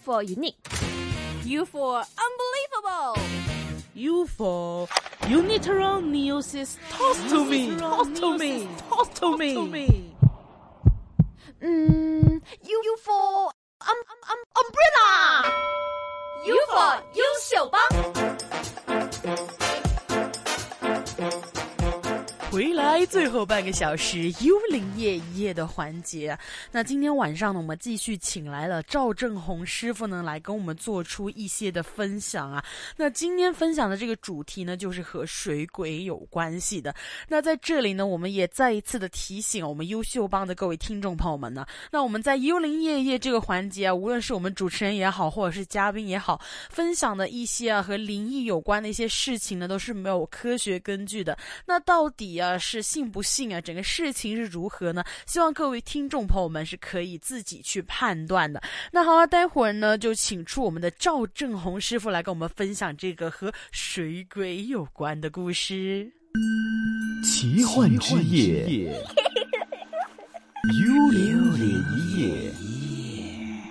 for unique. U for unbelievable. U for uniteral neosis. Toss to me. Toss to me. Toss to me. 嗯，U U Mm, for um um um umbrella。U for 优秀帮。回来最后半个小时幽灵夜一夜的环节，那今天晚上呢，我们继续请来了赵正红师傅呢，来跟我们做出一些的分享啊。那今天分享的这个主题呢，就是和水鬼有关系的。那在这里呢，我们也再一次的提醒我们优秀帮的各位听众朋友们呢，那我们在幽灵夜夜这个环节啊，无论是我们主持人也好，或者是嘉宾也好，分享的一些啊和灵异有关的一些事情啊呢，都是没有科学根据的。那到底啊是信不信啊？整个事情是如何呢？希望各位听众朋友们是可以自己去判断的。那好、啊，待会儿呢就请出我们的赵正红师傅来跟我们分享这个和水鬼有关的故事。奇幻之 夜，幽灵夜。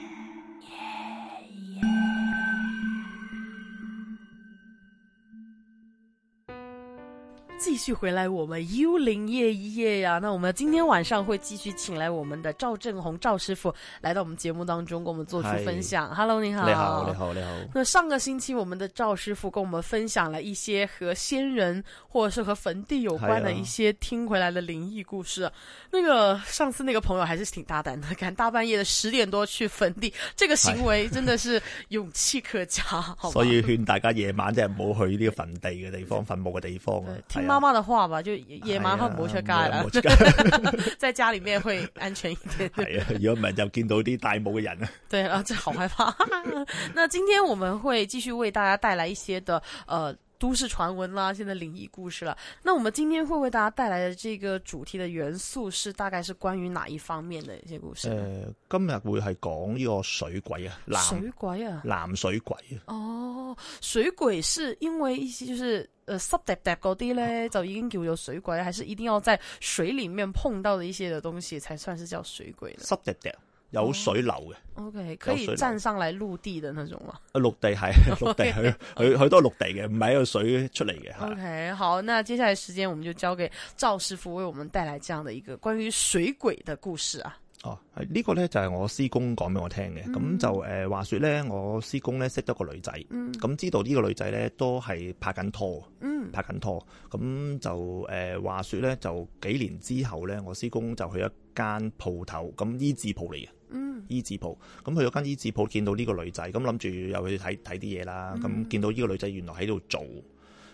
继续回来，我们幽灵夜一夜呀。那我们今天晚上会继续请来我们的赵正红赵师傅来到我们节目当中，给我们做出嗨分享。Hello，你好。你好，你。好，你好。那上个星期，我们的赵师傅跟我们分享了一些和仙人或者是和坟地有关的哎呀一些听回来的灵异故事。那个上次那个朋友还是挺大胆的，敢大半夜的十点多去坟地，这个行为真的是勇气可嘉，好吧？哎所以勸大家夜晚真係唔好去呢個墳地嘅地方、墳墓嘅地方啊对。呃听妈媽的話吧，就夜夜哎晚黑唔好出街啊啦， 在家里面會安全一点。系啊，如果唔係就見到啲戴帽嘅人啊。对啊，这好害怕。 那今天我们会继续为大家带来一些的呃都市传闻啦，现在灵异故事了。那我们今天会为大家带来的这个主题的元素是大概是关于哪一方面的一些故事？诶，呃今日會係講呢個水鬼啊，水男鬼啊，男水鬼啊。哦，水鬼是因为一些就是呃湿哒哒嗰啲咧，就已经叫做水鬼，还是一定要在水里面碰到的一些的东西才算是叫水鬼呢濕滴滴，哦有水流嘅。 ？OK，可以水流站上来陆地的那种吗？陸地 係陸地，佢佢佢都係陸地嘅，唔係喺個水出嚟嘅。係 OK，好，那接下来时间我们就交给赵师傅为我们带来这样的一个关于水鬼的故事啊。哦，係呢個咧就係我師公講俾我聽嘅。嗯咁就誒話說咧，我師公咧識得個女仔，咁知道呢個女仔咧都係拍緊拖，嗯拍緊拖。咁就誒話說咧，就幾年之後咧，我師公就去一間鋪頭，咁醫字鋪嚟嘅。嗯醫字鋪，咁去咗間醫字鋪，見到呢個女仔，咁諗住又去睇睇啲嘢啦。咁、嗯見到呢個女仔原來喺度做，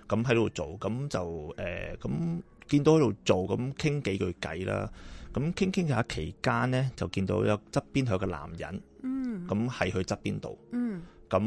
咁喺度做，咁就誒，呃咁、見到喺度做，咁傾幾句偈啦。咁傾傾下期間呢，就見到有側邊佢有個男人，嗯咁喺佢側邊度。嗯，咁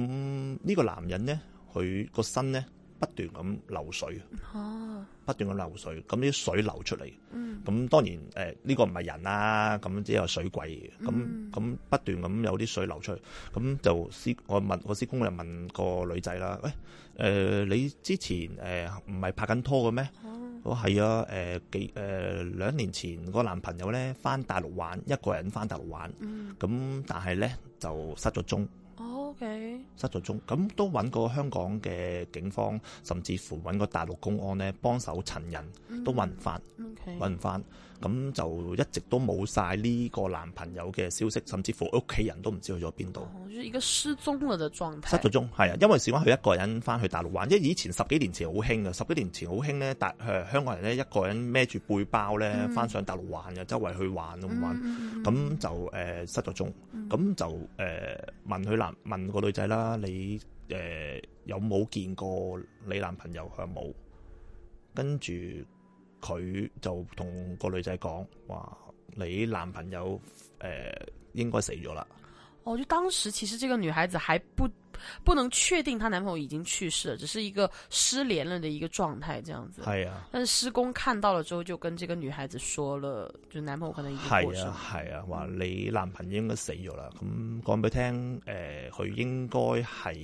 呢個男人呢，佢個身呢不斷咁流水，哦，不斷咁流水，咁啲水流出嚟。嗯咁當然誒呢、個唔係人啦，咁只有水鬼嘅，咁嗯咁、不斷咁有啲水流出去，咁就師我問我師公就問個女仔啦，喂誒、呃你之前誒唔係拍緊拖嘅咩？哦，我係啊誒、幾誒、兩年前個男朋友咧翻大陸玩，一個人翻大陸玩，嗯咁但係咧就失咗蹤。哦，OK，失咗蹤，咁都揾過香港嘅警方，甚至乎揾個大陸公安咧幫手尋人，都揾唔翻。 ，OK，揾唔翻，咁就一直都冇晒呢個男朋友嘅消息，甚至乎屋企人都唔知去咗邊度，哦，就是一个失踪了的状失态。咗蹤。係啊，因為事關佢一個人翻去大陸玩，因為以前十幾年前好興嘅，十幾年前好興咧，大誒香港人咧一個人孭住背包咧翻上大陸玩嘅，周圍去玩咁玩。嗯咁就誒、呃失咗蹤，咁、就誒、呃、問佢男問個女仔啦，你誒、呃有冇見過你男朋友？佢話冇，跟住佢就同個女仔講話，你男朋友誒、呃、應該死咗啦。哦，就当时其实这个女孩子还不不能确定她男朋友已经去世了，只是一个失联了的一个状态这样子。係啊，但是施工看到了之后，就跟这个女孩子说了，就男朋友可能已经过世係了啊，。係啊，話你男朋友應該死呃咗啦。咁講俾佢聽，誒、佢應該係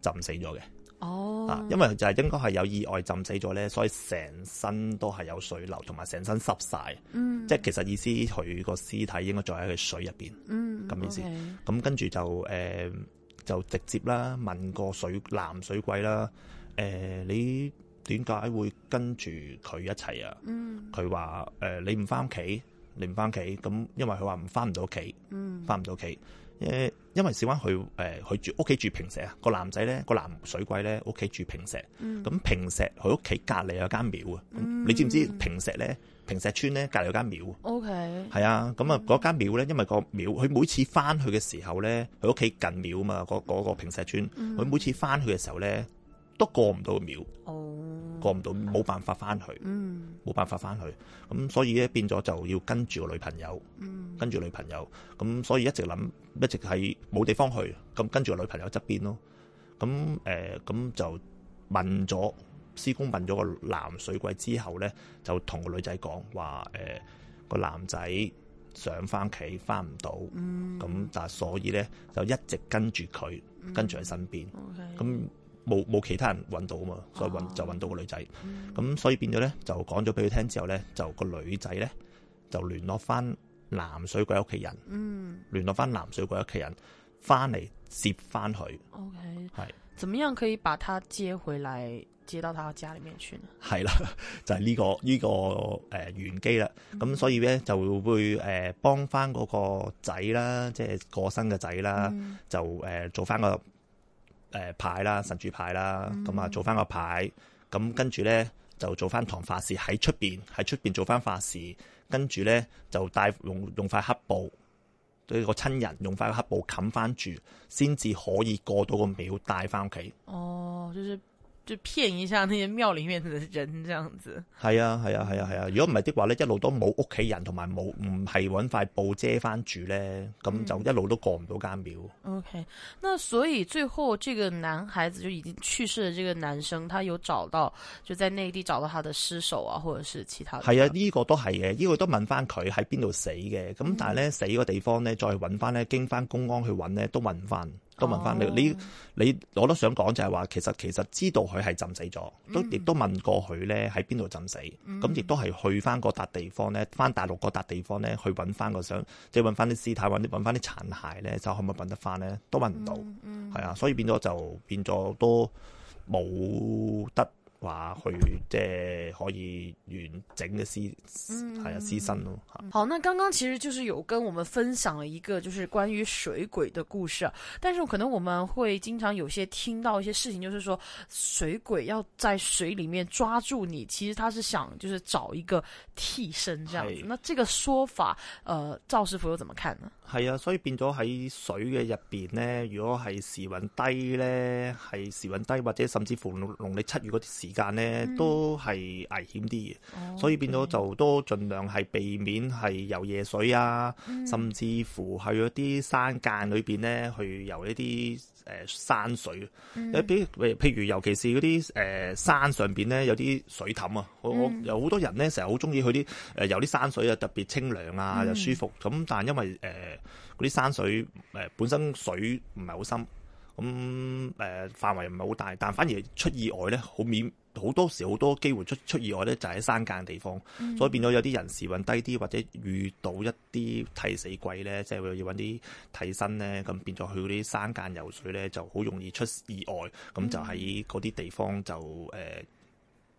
浸死咗 Oh. 嘅。哦，啊，因為就係應該係有意外浸死咗咧，所以成身都係有水流，同埋成身濕晒。嗯即係其實意思佢個屍體應該仲喺佢水入邊嗯咁意思。 OK 咁跟住就誒、呃就直接啦，問個水男水鬼啦，誒、你點解會跟住佢一齊啊？嗯佢話誒你唔翻屋企，你唔翻屋企，咁因為佢話唔翻唔到屋企，嗯翻唔到屋企。誒，因為小灣佢誒佢住屋企住平石啊，個男仔咧個男水鬼咧屋企住平石，嗯咁平石佢屋企隔離有間廟啊，嗯咁你知唔知平石咧平石村咧隔離有間廟啊？ OK，係啊，咁啊嗰間廟咧，因為個廟，佢每次翻去嘅時候咧，佢屋企近廟啊嘛，嗰、嗰個平石村，佢、每次翻去嘅時候咧，都過唔到廟，哦，過唔到，冇辦法翻去，嗯冇辦法翻去，咁所以咧變咗就要跟住個女朋友，嗯跟住女朋友，咁所以一直諗，一直係冇地方去，咁跟住個女朋友側邊咯，咁誒咁就問咗師公問咗個男水鬼之後咧，就同個女仔講話誒個男仔想翻屋企翻唔到，咁、嗯但係所以咧就一直跟住佢，跟住喺身邊， OK，咁冇冇其他人揾到啊嘛，所以揾就揾到個女仔，咁、所以變咗咧就講咗俾佢聽之後咧，就個女仔咧就聯絡翻男水鬼屋企人，嗯聯絡翻男水鬼屋企人翻嚟接翻佢， OK，係怎么样可以把他接回来，接到他家里面去呢？係啦， 就係、呢、個呢、個誒、呃玄機啦。咁所以咧就會誒、呃、幫翻嗰個仔啦，即係過身嘅仔啦，就誒、呃做翻個誒、呃牌啦，神主牌啦，咁啊、做翻個牌，咁跟住咧就做翻堂法事喺出邊，喺出邊做翻法事，跟住咧就帶用用塊黑布。對個親人用塊黑布冚翻住，先至可以過到個廟帶翻屋企。哦，就是就骗一下那些庙里面的人这样子。係啊，係啊，係啊，係啊！如果唔係的話咧，一路都冇屋企人同埋冇唔係揾塊布遮翻住咧，咁就一路都過唔到間廟。 OK，那所以最后这个男孩子就已经去世的这个男生，他有找到就在内地找到他的尸首啊，或者是其他的係啊，呢、個都係嘅，呢、個都問翻佢喺邊度死嘅。咁但係咧，死個地方咧，再揾翻咧，經翻公安去揾咧，都揾唔翻，都揾唔翻。哦你你你，我都想講就係話，其實其實知道佢係浸死咗，都亦都問過佢咧喺邊度浸死，咁亦都係去翻嗰笪地方咧，翻大陸嗰笪地方咧，去揾翻個想，即係揾翻啲屍體，揾啲揾翻啲殘骸咧，就可唔可以揾得翻咧？都揾唔到，係、啊，所以變咗就變咗都冇得話去，即係可以完整嘅屍，係啊屍身咯嚇。好，那刚刚其实就是有跟我们分享了一个就是关于水鬼的故事，啊但是可能我们会经常有些听到一些事情，就是说水鬼要在水里面抓住你，其实他是想就是找一个替身这样子是。那这个说法，呃，赵师傅又怎么看呢？係啊，所以變咗喺水嘅入邊咧，如果係時運低咧，係時運低或者甚至乎農農曆七月嗰啲時間咧，都係危險啲嘅。所以變咗就都盡量係避免係游夜水啊，甚至乎去嗰啲山澗裏邊咧去游一啲誒、呃山水。有啲譬譬如尤其是嗰啲誒山上邊咧有啲水凼啊，我我有好多人咧成日好中意去啲誒游啲山水啊，特別清涼啊又舒服。咁但係因為誒嗰啲山水誒、呃本身水唔係好深。咁誒、呃、範圍唔係好大，但反而出意外咧，好免好多時好多機會出出意外咧，就喺山間地方，所以變咗有啲人時運低啲，或者遇到一啲替死鬼咧，即係會要揾啲替身咧，咁變咗去嗰啲山間游水咧，就好容易出意外，咁就喺嗰啲地方就誒、呃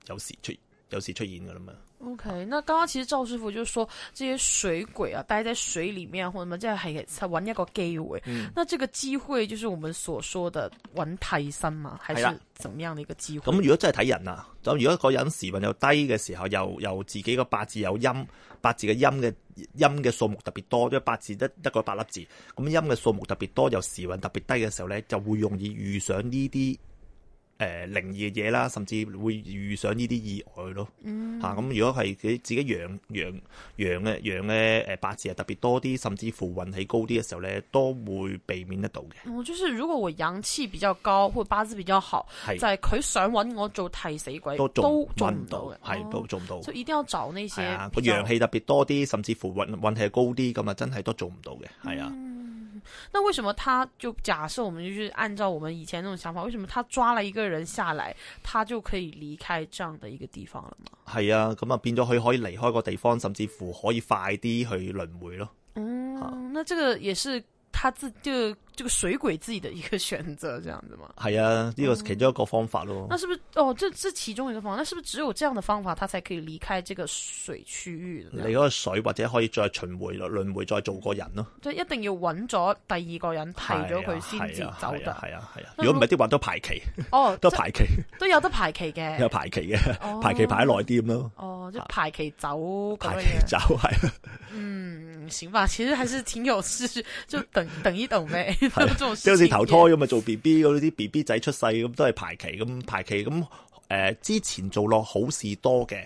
有時出有時出現噶啦嘛。 OK，那刚刚其实赵师傅就说这些水鬼啊，待在水里面或者什么，即系系揾一个机会。那这个机会就是我们所说的揾替身嘛，还是啦是怎么样的一个机会？咁如果真係睇人啊，咁如果個人時運又低嘅時候，又又自己個八字有陰，八字嘅陰嘅陰嘅數目特別多，即係八字得得個八粒字，咁陰嘅數目特別多，又時運特別低嘅時候咧，就會容易遇上呢啲誒靈異嘅嘢啦，甚至會遇上呢啲意外咯。嗯嚇咁、如果係佢自己陽陽陽嘅陽嘅誒八字係特別多啲，甚至乎運氣高啲嘅時候咧，都會避免得到嘅。我就是如果我阳气比较高或八字比较好，就係系佢想揾我做替死鬼都做都做揾唔唔到到嘅，，係都哦做唔到。所以一定要找那些係啊，個比較嗯陽氣特別多啲，甚至乎運運氣高啲，咁啊真係都做唔到嘅，係啊。那为什么他就假设我们就是按照我们以前那种想法，为什么他抓了一个人下来，他就可以离开这样的一个地方了嘛？係啊，咁啊變咗佢可以離開個地方，甚至乎可以快啲去輪迴咯。好嗯，那这个也是他自就这个水鬼自己的一个选择，这样子嘛？係啊，呢、個哦其中一個方法咯那。是不是哦？这这其中一个方法，那是不是只有这样的方法，他才可以离开这个水区域的你呢？嗰個水或者可以再循迴咯，輪迴再做個人咯，即係一定要揾咗第二個人提咗佢先至係啊走係啊得。係啊係啊，咁如果唔係啲話都排期，哦，都即 排期，都有得排期有嘅。排期嘅，哦排期排得耐啲咁咯，哦，就排期走咁排樣期嘅。走係啊嗯，行吧，其實還是挺有事， 就等等一等呗。 係这種事即係好似情投胎咁啊，做 B B 嗰啲 B B 仔出世咁都係排期咁排期咁誒、呃之前做落好事多嘅，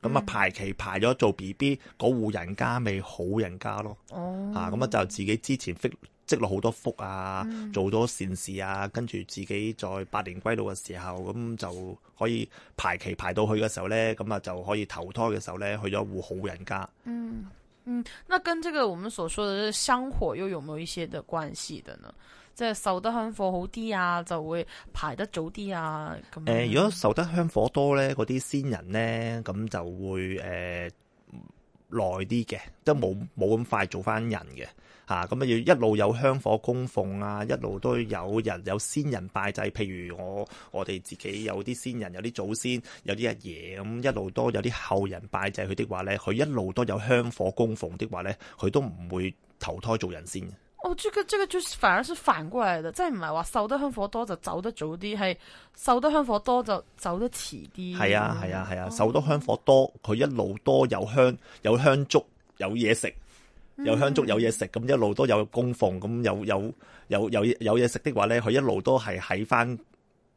咁啊嗯排期排咗做 B B 嗰户人家咪好人家咯，哦，啊咁啊就自己之前積積落好多福啊，嗯做咗善事啊，跟住自己在百年歸老嘅時候，咁就可以排期排到去嘅時候咧，咁啊就可以投胎嘅時候咧，去咗户好人家。那跟這個我們所說的香火又有沒有一些的關係的呢？即係受得香火好啲啊，就會排得早啲啊。咁樣誒、如果受得香火多咧，嗰啲仙人咧，咁就會誒、呃耐啲嘅，都冇嗯冇咁快做翻人嘅嚇。咁啊要一路有香火供奉啊，一路都有人有仙人拜祭。譬如我我哋自己有啲仙人，有啲祖先，有啲阿爺咁，一路都有啲後人拜祭佢的話咧，佢一路都有香火供奉的話咧，佢都唔會投胎做人先嘅。哦，这个这个就是反而是反過嚟嘅，即係唔係話受得香火多就走得早啲，係受得香火多就走得遲啲。係啊係啊係啊，手多香火多，佢一路多有香有香燭有嘢食，有香燭有嘢食，咁一路都有供奉，咁有有有有有嘢食的話咧，佢一路都係喺翻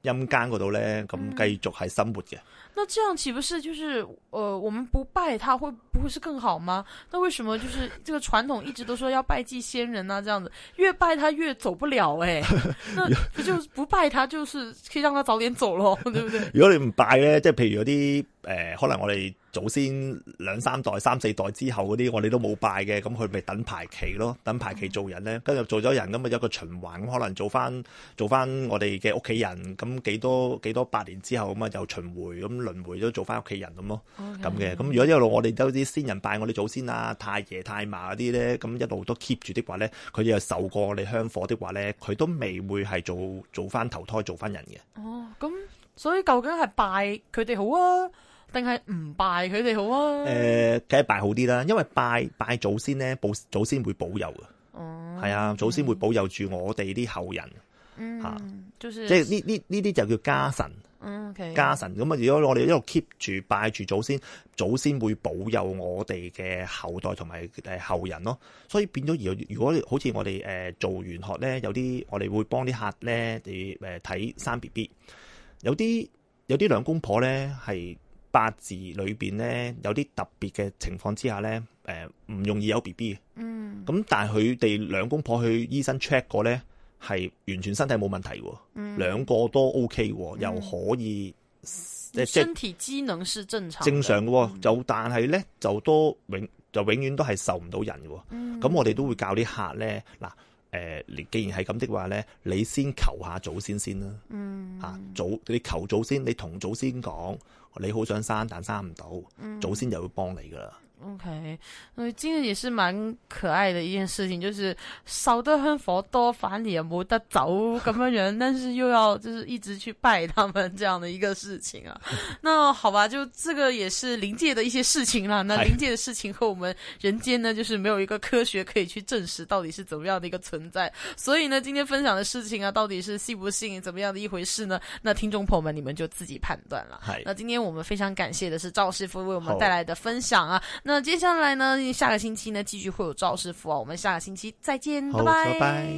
陰間嗰度咧，咁繼續係生活嘅。那這樣豈不是就是呃，我們不拜他會不會是更好嗎？那為什麼就是這個傳統一直都說要拜祭先人啊，這樣子越拜他越走不了 哎、那不就是不拜他就是可以讓他早點走咯， 對 不對？如果你唔拜咧，即係譬如有啲誒、呃可能我哋祖先兩三代、三四代之後嗰啲，我哋都冇拜嘅，咁佢咪等排期咯，等排期做人咧，跟住做咗人咁咪有一個循環，咁可能做翻做翻我哋嘅屋企人，咁幾多幾多百年之後咁啊又循迴咁輪迴都做翻屋企人咁咯，咁嘅。咁如果一路我哋都有啲先人拜我哋祖先啊、太爺太嫲嗰啲咧，咁一路都 keep 住的話咧，佢哋又受過我哋香火的話咧，佢都未會係做做翻投胎做翻人嘅。哦，咁所以究竟係拜佢哋好啊，定係唔拜佢哋好啊？诶、呃梗係拜好啲啦，因為拜拜祖先咧，保祖先會保佑嘅，哦、係啊，祖先會保佑住我哋啲後人，嗯，啊就是即係呢呢呢啲就叫家神，嗯，OK，家神咁啊！如果我哋一路 keep 住拜住祖先，祖先會保佑我哋嘅後代同埋誒後人咯。所以變咗，如如果好似我哋誒、呃做玄學咧，有啲我哋會幫啲客咧，你誒睇生 B B，有啲有啲兩公婆咧係八字裏邊咧有啲特別嘅情況之下咧，誒、唔容易有 B B 嘅。嗯咁但係佢哋兩公婆去醫生 check 過咧，係完全身體冇問題喎，兩個都 OK 喎，又可以即即身體機能是正常的正常嘅嗯喎，就但係咧就都永就永遠都係受唔到人嘅喎。咁、嗯我哋都會教啲客咧嗱。誒、你既然係咁的話咧，你先求下祖先先啦。嗯，啊，祖你求祖先，你同祖先講，你好想生但生唔到，嗯祖先就會幫你噶啦。 OK，所以今日也是蠻可愛的一件事情，就是少得香火多，反而也冇得走咁樣樣，但是又要就是一直去拜他們這樣的一個事情啊。那好吧，就這個也是靈界的一些事情啦。那哎靈界的事情和我們人間呢，就是沒有一個科學可以去证实到底是怎麼樣的一個存在。所以呢，今天分享的事情啊，到底是信不信，怎麼樣的一回事呢？那聽眾朋友們，你們就自己判斷了。係那今天我們非常感謝的是趙師傅為我们好带来的分享啊。那接下来呢，下个星期呢，继续会有赵师傅啊，我们下个星期再见，好，拜拜拜。